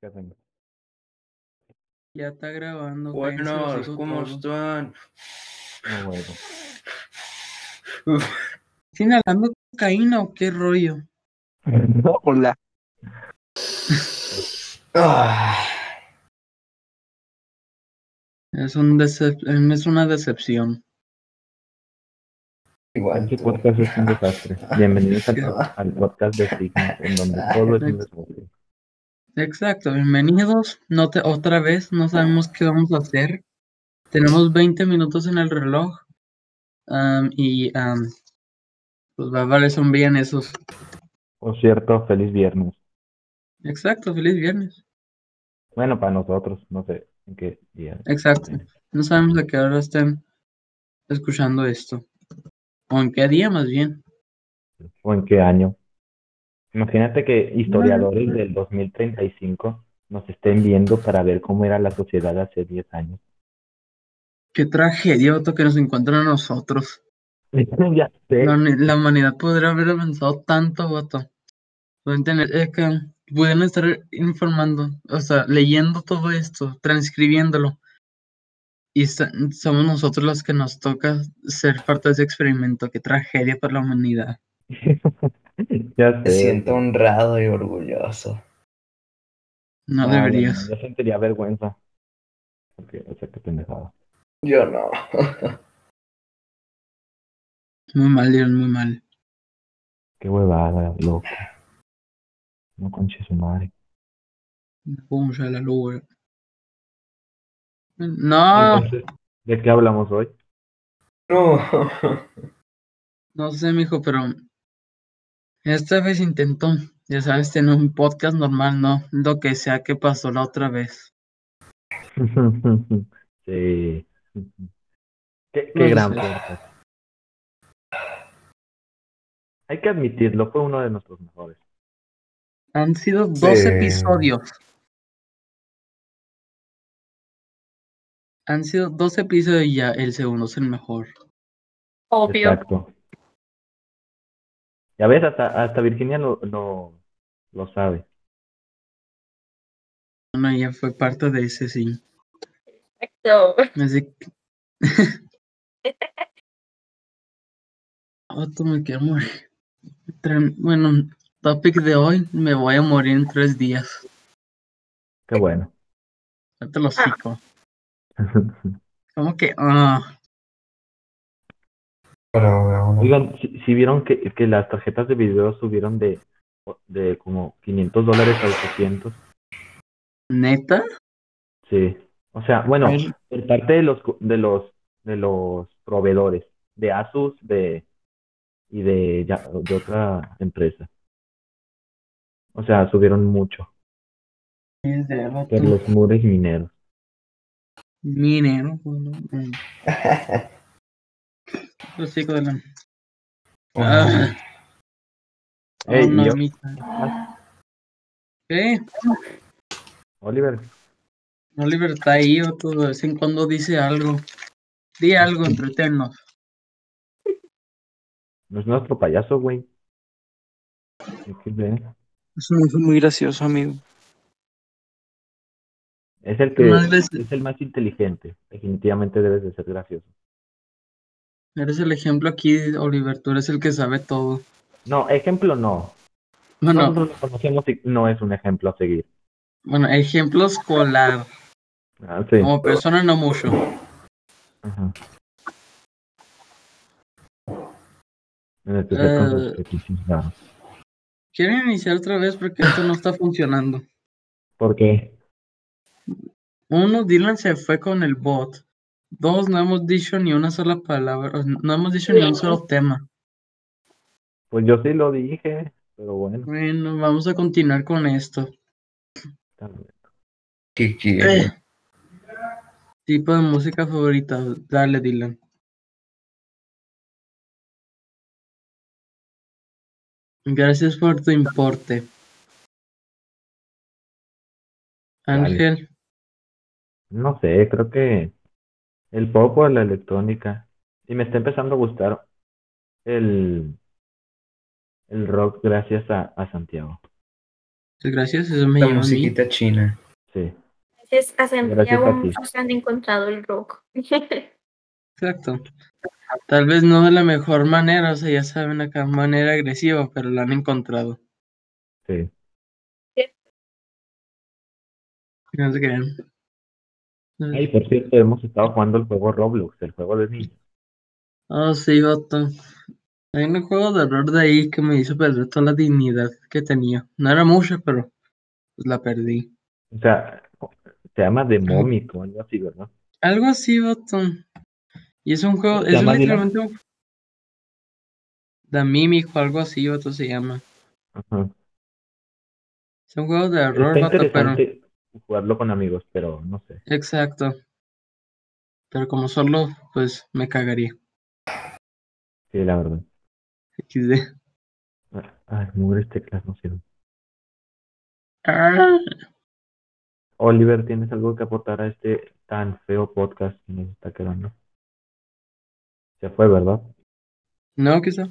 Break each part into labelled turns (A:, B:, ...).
A: que tengo.
B: Ya está grabando.
C: Bueno,
B: Bueno,
C: ¿cómo están?
A: No, bueno.
B: ¿Están hablando cocaína o qué rollo?
D: Hola.
C: Ah,
B: Es, un decep- em, es una decepción.
C: igual.
A: Este
C: tú.
A: podcast es un desastre. Bienvenidos al,
C: Qué va.
A: al podcast de Sigma, en donde todo es un desastre.
B: Exacto, bienvenidos. No te, otra vez, no sabemos qué vamos a hacer. Tenemos 20 minutos en el reloj. am, y am, pues va vale, son bien esos.
A: Por cierto, feliz viernes.
B: Exacto, feliz viernes.
A: Bueno, para nosotros, no sé en qué día.
B: Exacto. No sabemos a qué hora estén escuchando esto. O en qué día más bien.
A: o en qué año. Imagínate que historiadores del 2035 nos estén viendo para ver cómo era la sociedad hace 10 años.
B: Qué tragedia vato, que nos encuentra a nosotros.
A: ya sé.
B: La, uni- la humanidad podría haber avanzado tanto, vato. Pueden tener, es que pueden estar informando, o sea, leyendo todo esto, transcribiéndolo. Y sa- somos nosotros los que nos toca ser parte de ese experimento. Qué tragedia para la humanidad.
A: ya
C: Me
A: sé.
C: siento honrado y orgulloso.
B: No
A: Ah,
B: deberías.
A: bueno, yo sentiría vergüenza. Porque, o sea, qué pendejada.
C: Yo no.
B: Muy mal, Dios, muy mal.
A: Qué huevada, loco. No conche su madre.
B: Pum, ya la luz, güey. No,
A: Entonces, ¿de qué hablamos hoy?
C: No.
B: no sé, mijo, pero esta vez intentó, ya sabes, tener un podcast normal, no lo que sea que pasó la otra vez.
A: sí. Qué, qué
B: No, no
A: gran
B: sé.
A: podcast. Hay que admitirlo, fue uno de nuestros mejores.
B: Han sido dos
C: Sí.
B: episodios. Han sido dos episodios y ya el segundo es el mejor.
E: Obvio.
A: Exacto. Ya ves, hasta, hasta Virginia lo, lo, lo sabe.
B: Bueno, ella fue parte de ese, sí.
E: Exacto.
B: Así que... Vato, Ah, me quiero morir. Tren- Bueno, topic de hoy, me voy a morir en tres días.
A: Qué bueno.
B: Ya te lo explico. ¿Cómo que? Ah,
A: Oigan, si, si vieron que, que las tarjetas de video subieron de, de como 500 dólares a 800.
B: ¿neta?
A: Sí. O sea, bueno,
B: Ay.
A: por parte de los co- de los de los proveedores, de Asus, de y de, ya- de otra empresa. O sea, subieron mucho
B: Es de vato.
A: por los muros mineros.
B: Minero. bueno, mm. Los chicos de la... Ah.
A: Ey,
B: Oh, no,
A: yo-
B: mi- ¿Qué?
A: Oliver,
B: Oliver está ahí o todo, de vez en cuando dice algo. Di algo, entretennos.
A: no es nuestro payaso, güey. Es que ve,
F: Es muy, muy gracioso, amigo.
A: es el
B: Más
A: que
B: veces.
A: es el más inteligente. Definitivamente debes de ser gracioso.
B: Eres el ejemplo aquí, Oliver. Tú eres el que sabe todo.
A: No, ejemplo no.
B: Bueno,
A: Nosotros lo conocemos y no es un ejemplo a seguir.
B: bueno, ejemplo escolar.
A: Ah, sí.
B: Como persona no mucho.
A: Ajá. En especial con los
B: Eh.
A: fetiches raros.
B: Quiero iniciar otra vez porque esto no está funcionando.
A: ¿Por qué?
B: Uno, Dylan se fue con el bot. Dos, no hemos dicho ni una sola palabra. No hemos dicho ni un solo tema.
A: Pues yo sí lo dije, pero bueno.
B: Bueno, vamos a continuar con esto.
A: está bien.
C: ¿Qué quiere?
B: Eh. Tipo de música favorita, dale Dylan. Gracias por tu importe.
A: Dale.
B: Ángel,
A: No sé, creo que el pop o la electrónica. Y me está empezando a gustar el, el rock gracias a, a Santiago.
B: pues Gracias, eso me
C: La
B: lleva a mí.
C: musiquita china.
A: Sí.
E: Gracias a Santiago
A: ti.
E: muchos han encontrado el rock.
B: Exacto. Tal vez no de la mejor manera, o sea, ya saben acá, manera agresiva, pero la han encontrado.
A: Sí.
B: No se crean. Mm.
A: Ay, por cierto, hemos estado jugando el juego Roblox, el juego de niños.
B: Oh, sí, vato. Hay un juego de horror de ahí que me hizo perder toda la dignidad que tenía. No era mucha, pero pues la perdí.
A: O sea, se llama Demómico, algo así, ¿verdad?
B: Algo así, vato. Y es un juego,
A: ¿Se
B: es
A: llama Dylan?
B: literalmente un... Da Mimic o algo así, vato, se llama.
A: Ajá.
B: Es un juego de horror,
A: Está
B: vato, pero...
A: interesante jugarlo con amigos, pero no sé.
B: Exacto. Pero como solo, pues me cagaría.
A: Sí, la verdad. Ah,
B: XD.
A: Ay, este, mugres teclas no sirven.
B: Ah,
A: Oliver, ¿tienes algo que aportar a este tan feo podcast que nos está quedando? Se fue, ¿verdad?
B: No, quizá.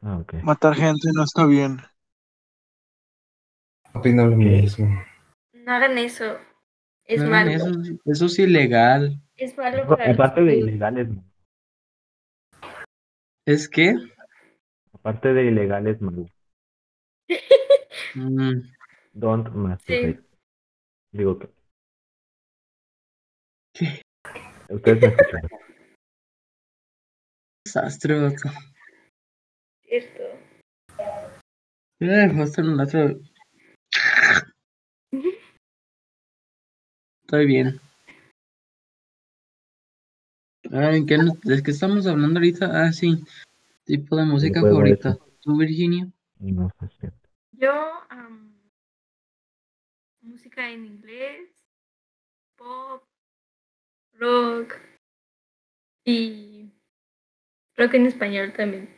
A: Ah, ok.
F: Matar gente no está bien.
C: Opino lo mismo.
E: No hagan eso. Es
B: No hagan
E: malo.
B: Eso, eso es ilegal.
E: Es malo
A: No,
E: para
A: Aparte de
E: los-
A: ilegales, no.
B: ¿Es que?
A: aparte de ilegales, no.
B: mm,
A: Don't masturbate. Digo que.
B: ¿Qué?
A: Ustedes me escuchan.
B: desastre, vato.
E: Cierto.
B: Eh, voy a estar en la otra. Estoy bien. Ay, ¿en ¿qué nos- ¿De qué estamos hablando ahorita? Ah, sí. Tipo de música
A: juego
B: favorita. ¿Tú, Virginia?
A: No sé si-
E: Yo, am, música en inglés, pop, rock y rock en español también.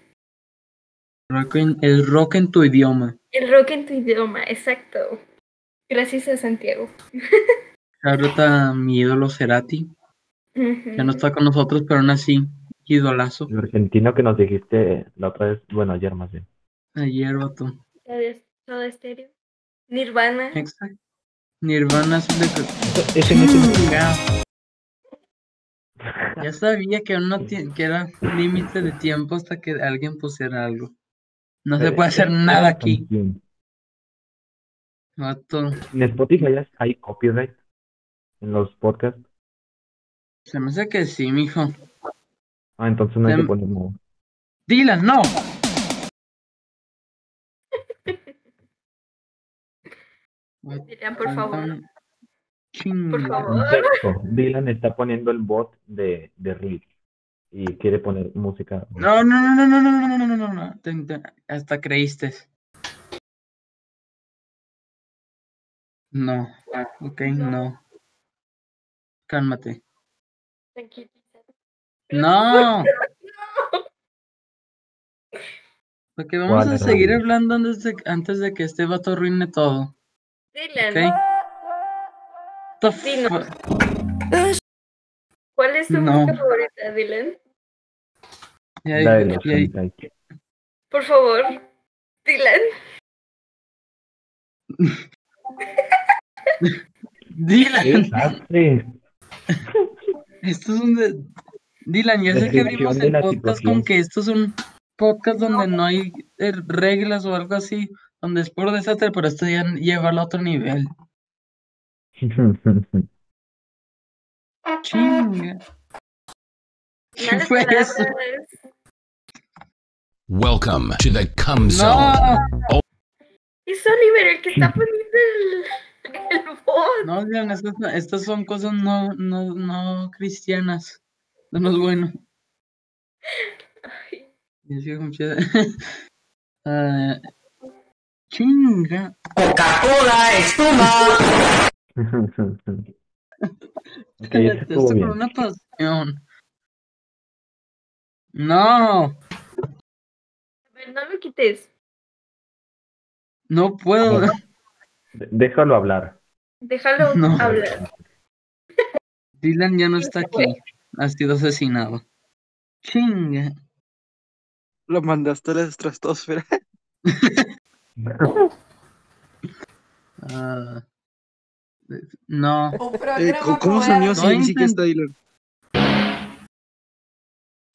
B: Rock en- el rock en tu idioma.
E: El rock en tu idioma, exacto. Gracias a Santiago.
B: Ahorita mi ídolo Cerati. Ya no
E: Ujú.
B: está con nosotros, pero aún así, idolazo.
A: El argentino que nos dijiste la otra vez, bueno, ayer más bien.
B: Ayer, vato.
E: Todo- Todo estéreo. Nirvana.
B: Exacto. Nirvana es de
A: Ese no tiene-
B: Ya. Ya sabía que aún no tie- que era límite de tiempo hasta que alguien pusiera algo. No se puede hacer nada aquí. Vato,
A: En Spotify ya hay copyright en los podcasts.
B: se me hace que sí, mijo.
A: Ah, entonces no hay que
B: Em,
A: poner nada.
B: Dylan, no. Vato,
E: Dirían, por favor.
B: tan- Chinga.
E: Por favor.
A: Perfecto. Dylan está poniendo el bot de, de Reels y quiere poner música.
B: No, no, no, no, no, no, no, no, no, no, no. Te- te- Hasta creíste. No. Ah, Ok, no. Cálmate.
E: Tranquilízate.
B: No. Porque vamos
A: ¿Cuál
B: a
A: era
B: seguir
A: el-
B: hablando antes de, antes de que este vato arruine todo.
E: Dylan,
B: Ok. The
E: Dinos.
B: fu-
E: ¿cuál es tu
B: No.
E: música favorita, Dylan?
B: Ya
A: La de
B: dijo-
A: los
B: ya di-
A: hentai.
E: Por favor. Dylan.
A: ¡Qué
B: Dylan,
A: desastre!
B: esto es un... de- Dylan, ya sé que
A: Descripción
B: abrimos
A: de
B: el
A: la
B: podcast
A: situación.
B: con que esto es un podcast donde no hay eh, reglas o algo así, donde es por desastre, pero esto ya lleva al otro nivel. Chinga. ¿Qué
E: Malas
B: fue
E: palabras.
B: eso?
G: Welcome to the cum zone.
B: No,
E: Es Oliver el que está poniendo el, el bot.
B: no, Dylan, estas, estas son cosas no, no, no cristianas. No no es bueno.
E: Ay,
B: Y así como que- Ah, chinga.
A: ok, eso estuvo
B: Cállate, Este, esto con
A: bien.
B: una pasión. No,
E: a ver, no lo quites.
B: no puedo.
A: Ajá. De- Déjalo hablar.
E: Déjalo
B: No.
E: hablar.
B: Dylan ya no está aquí. Ha sido asesinado. Chinga.
F: Lo mandaste a la estratosfera.
B: Ah, no.
H: Un
F: Eh,
H: programa
F: ¿cómo- ¿Cómo salió si
B: No,
F: ni siquiera está Dylan?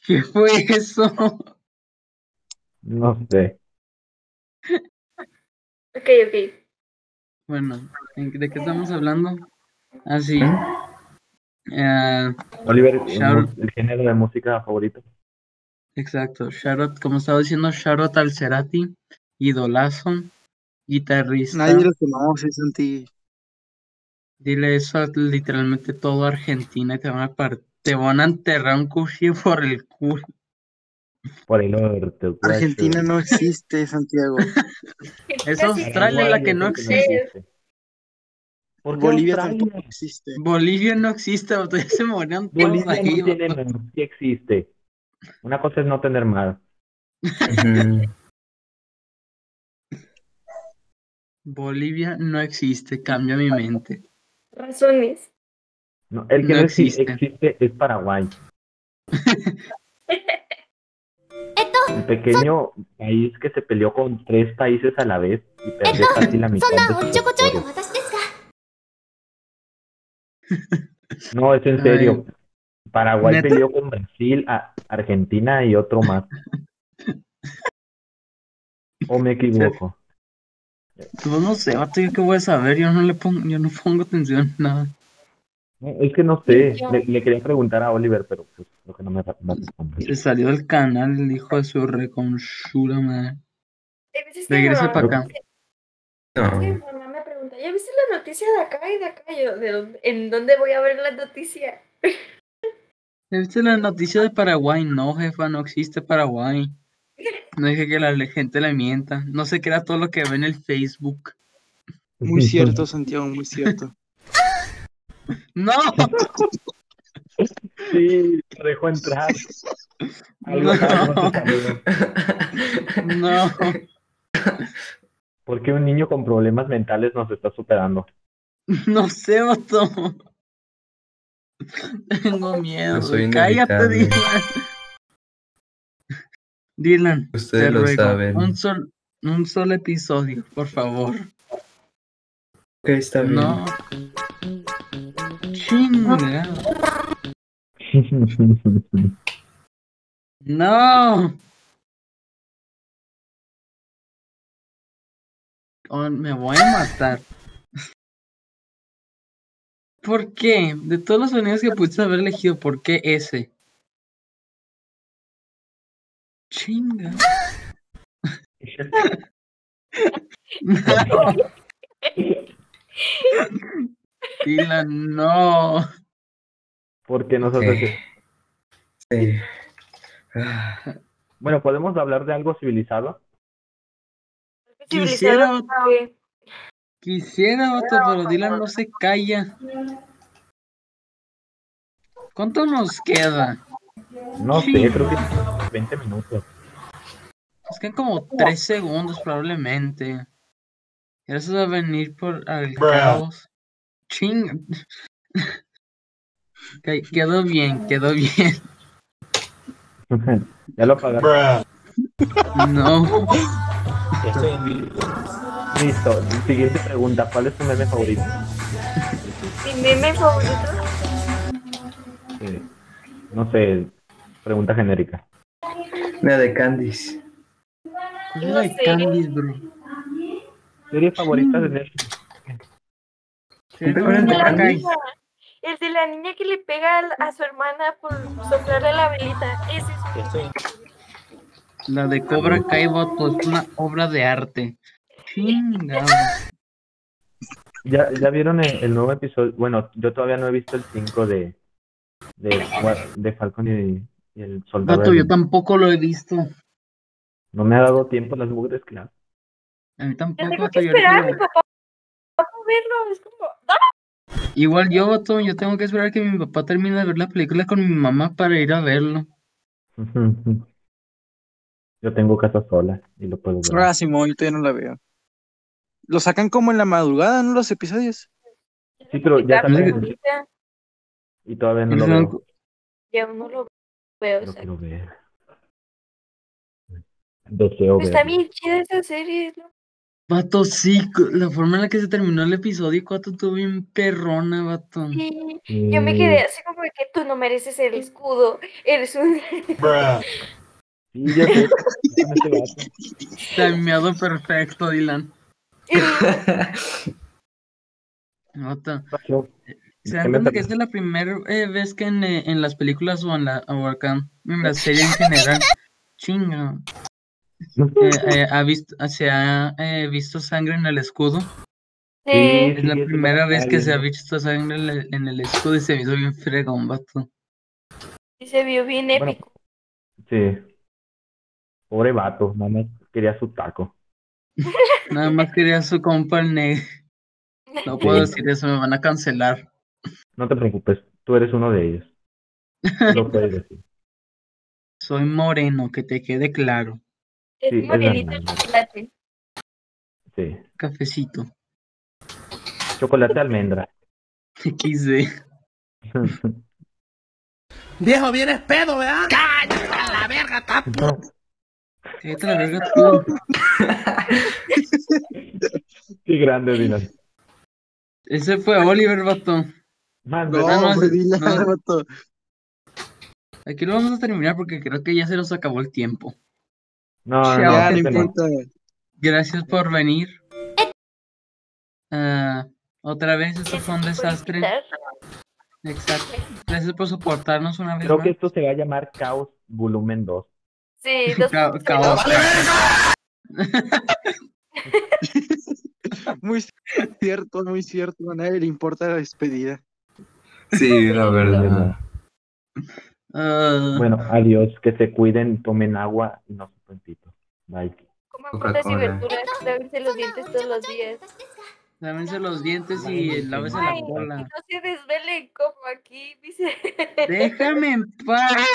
B: ¿Qué fue eso?
A: No sé.
E: Ok, ok.
B: Bueno, ¿en- ¿de qué estamos hablando? Ah, sí.
A: ¿Eh?
B: Ah,
A: Oliver,
B: Shout-
A: el género de música favorito.
B: exacto. Shoutout, como estaba diciendo, Shoutout al Cerati, idolazo, guitarrista.
F: Nadie lo conoce, Santi.
B: Dile eso a literalmente toda Argentina y te van a, par- te van a enterrar un cuchillo por el culo.
A: Por ahí lo te-
F: Argentina no existe, Santiago.
B: Es Australia la que no existe.
A: ¿Por qué
F: Bolivia
A: Australia?
F: tampoco existe.
B: Bolivia no existe, vato, ya se morían todos
A: Bolivia no
B: ahí,
A: tiene
B: vato.
A: mar, sí existe. Una cosa es no tener mar.
C: Ujú.
B: Bolivia no existe, cambia mi mente.
E: Razones.
A: No, el que
B: No
A: no, exi-
B: existe.
A: existe. es Paraguay. Un pequeño país que se peleó con tres países a la vez y perdió casi la mitad de sus territorios. No, es en serio. Paraguay
B: ¿Neta?
A: peleó con Brasil, a- Argentina y otro más. ¿O me equivoco?
B: Yo no sé, vato, yo qué voy a saber, yo no le pongo, yo no pongo atención a nada.
A: No, Es que no sé, le, le quería preguntar a Oliver, pero pues creo que no me va no responde.
B: Se salió del canal el hijo de su reconchura madre.
E: Hay veces que mi
B: Regrese
E: mamá-
B: para acá.
E: es que mi
C: No.
E: mamá me pregunta, ¿ya viste la noticia de acá y de acá? Y Yo, ¿de dónde- ¿En dónde voy a ver la noticia?
B: ¿Ya ¿Viste la noticia de Paraguay? No, jefa, no existe Paraguay. No dije que la le- gente le mienta. No se crea todo lo que ve en el Facebook.
F: Muy cierto, Santiago, muy cierto.
B: ¡No!
A: Sí, lo dejó entrar. Algo
B: No. No.
A: Porque un niño con problemas mentales nos está superando.
B: No sé, vato. Tengo miedo.
C: Yo soy
B: Cállate,
C: inevitable.
B: Dylan. Dylan, te
C: Ustedes lo
B: ruego,
C: saben.
B: un sol, un solo episodio, por favor.
C: Ok, está bien.
B: No. Chinga. No. Oh, me voy a matar. ¿Por qué? De todos los sonidos que pudiste haber elegido, ¿por qué ese? Chinga. No. Dylan, no.
A: Porque nosotros.
C: Ok. Sí. Ah,
A: Bueno, ¿podemos hablar de algo civilizado?
B: Quisiera-
E: Civilizado, ¿sabe?
B: Quisiera, vato, pero Dylan no se calla. ¿Cuánto nos queda?
A: No sé,
B: Sí.
A: creo que 20 minutos.
B: Nos quedan como tres segundos probablemente. Gracias a venir por al caos. Ching. Ok, Quedó bien, quedó bien.
A: ya lo apagaron.
B: No.
A: Listo. Siguiente pregunta: ¿Cuál es tu meme favorito?
E: Mi meme favorito.
A: Eh, no sé, pregunta genérica.
C: La de Candice.
B: Cosas de
E: sé.
B: Candice, bro.
A: ¿Serie favorita
B: Mm.
A: de Netflix?
B: Sí,
C: Pero
B: no,
C: era
E: El
C: de
E: de la
B: no,
E: niña. El de la niña que le pega al- a su hermana por soplarle la velita. Ese es mi
B: La de Cobra Kai vato, es una obra de arte. Chingado.
A: ¿Ya, ya vieron el, el nuevo episodio? Bueno, yo todavía no he visto el 5 de, de, Gua- de Falcon y, y el Soldado.
B: Vato, yo
A: Ryan.
B: tampoco lo he visto.
A: No me ha dado tiempo las mugres, claro.
B: A mí
E: Yo
B: tampoco,
E: tengo
B: vato,
E: que
B: yo ahorita
E: esperar a
B: lo-
E: mi papá para verlo. Es como, ¡ah!
B: Igual yo, vato, yo tengo que esperar que mi papá termine de ver la película con mi mamá para ir a verlo.
A: Yo tengo casa sola y lo puedo ver.
F: Ah, Simón, yo todavía no la veo. Lo sacan como en la madrugada, ¿no? Los episodios.
A: Sí, pero ya
E: Ricardo,
A: también-
E: ahorita
A: Y todavía no lo
B: Eso-
A: veo.
E: Yo no lo veo.
A: Lo
E: o sea,
A: quiero ver. Deseo
E: Está
A: verlo.
E: Pues bien chida esa serie. ¿no?
B: Vato, sí, cu- la forma en la que se terminó el episodio 4 estuvo bien perrona, vato.
E: Sí, yo me quedé así como de que tú no mereces el escudo, eres un...
A: Sí, ya sé. Con este vato.
B: Timeado perfecto, Dylan. Vato.
A: Yo-
B: ¿Se
A: ¿Qué
B: dan
A: me
B: cuenta que
A: perdí?
B: esta es la primera vez que en, eh, en las películas o en la, o acá, en la serie en general, chinga, eh, eh, ha visto, se ha eh, visto sangre en el escudo?
E: Sí,
B: Es la
A: Sí, es
B: primera
A: verdad,
B: vez que se ha
A: bien.
B: visto sangre en el, en el escudo y se me hizo bien fregón, vato.
E: sí, se vio bien
A: Bueno,
E: épico.
A: Sí. Pobre vato, nada más quería su taco.
B: Nada más quería su compa el negro. No puedo decir eso, me van a cancelar.
A: No te preocupes, tú eres uno de ellos. Lo puedes decir.
B: Soy moreno, que te quede claro.
E: Es
A: sí, es
E: morenito
A: verdad.
E: de chocolate.
A: Sí.
B: Cafecito.
A: Chocolate almendra.
B: XD.
H: Viejo, vienes pedo, ¿verdad? ¡Cállate a la verga, tapo!
B: Cállate la verga tú.
A: Qué grande, Dylan.
B: Ese fue Oliver, vato.
A: Más
F: No,
B: no,
F: hombre,
B: no,
F: Dylan,
B: no.
F: vato.
B: Aquí lo vamos a terminar porque creo que ya se nos acabó el tiempo.
A: No, no, no,
F: Ya,
B: no,
F: no
A: este no.
F: importa.
B: Gracias por venir. Ah, otra vez, esto fue un desastre. Exacto. Gracias por soportarnos una vez
A: Creo
B: más.
A: que esto se va a llamar Caos Volumen 2.
E: Sí, dos
B: Ca-
E: puntos,
B: caos.
F: Muy cierto, muy cierto. A nadie le importa la despedida.
C: Sí, la verdad.
B: Ah,
A: Bueno, adiós, que se cuiden, tomen agua y no su pitos. Bye.
E: coman frutas y
C: Coca-Cola.
E: verduras, lavarse los dientes todos los días.
B: lávense los dientes y lávese la
E: Ay,
B: cola.
E: No se desvelen como aquí, dice.
B: Déjame en paz.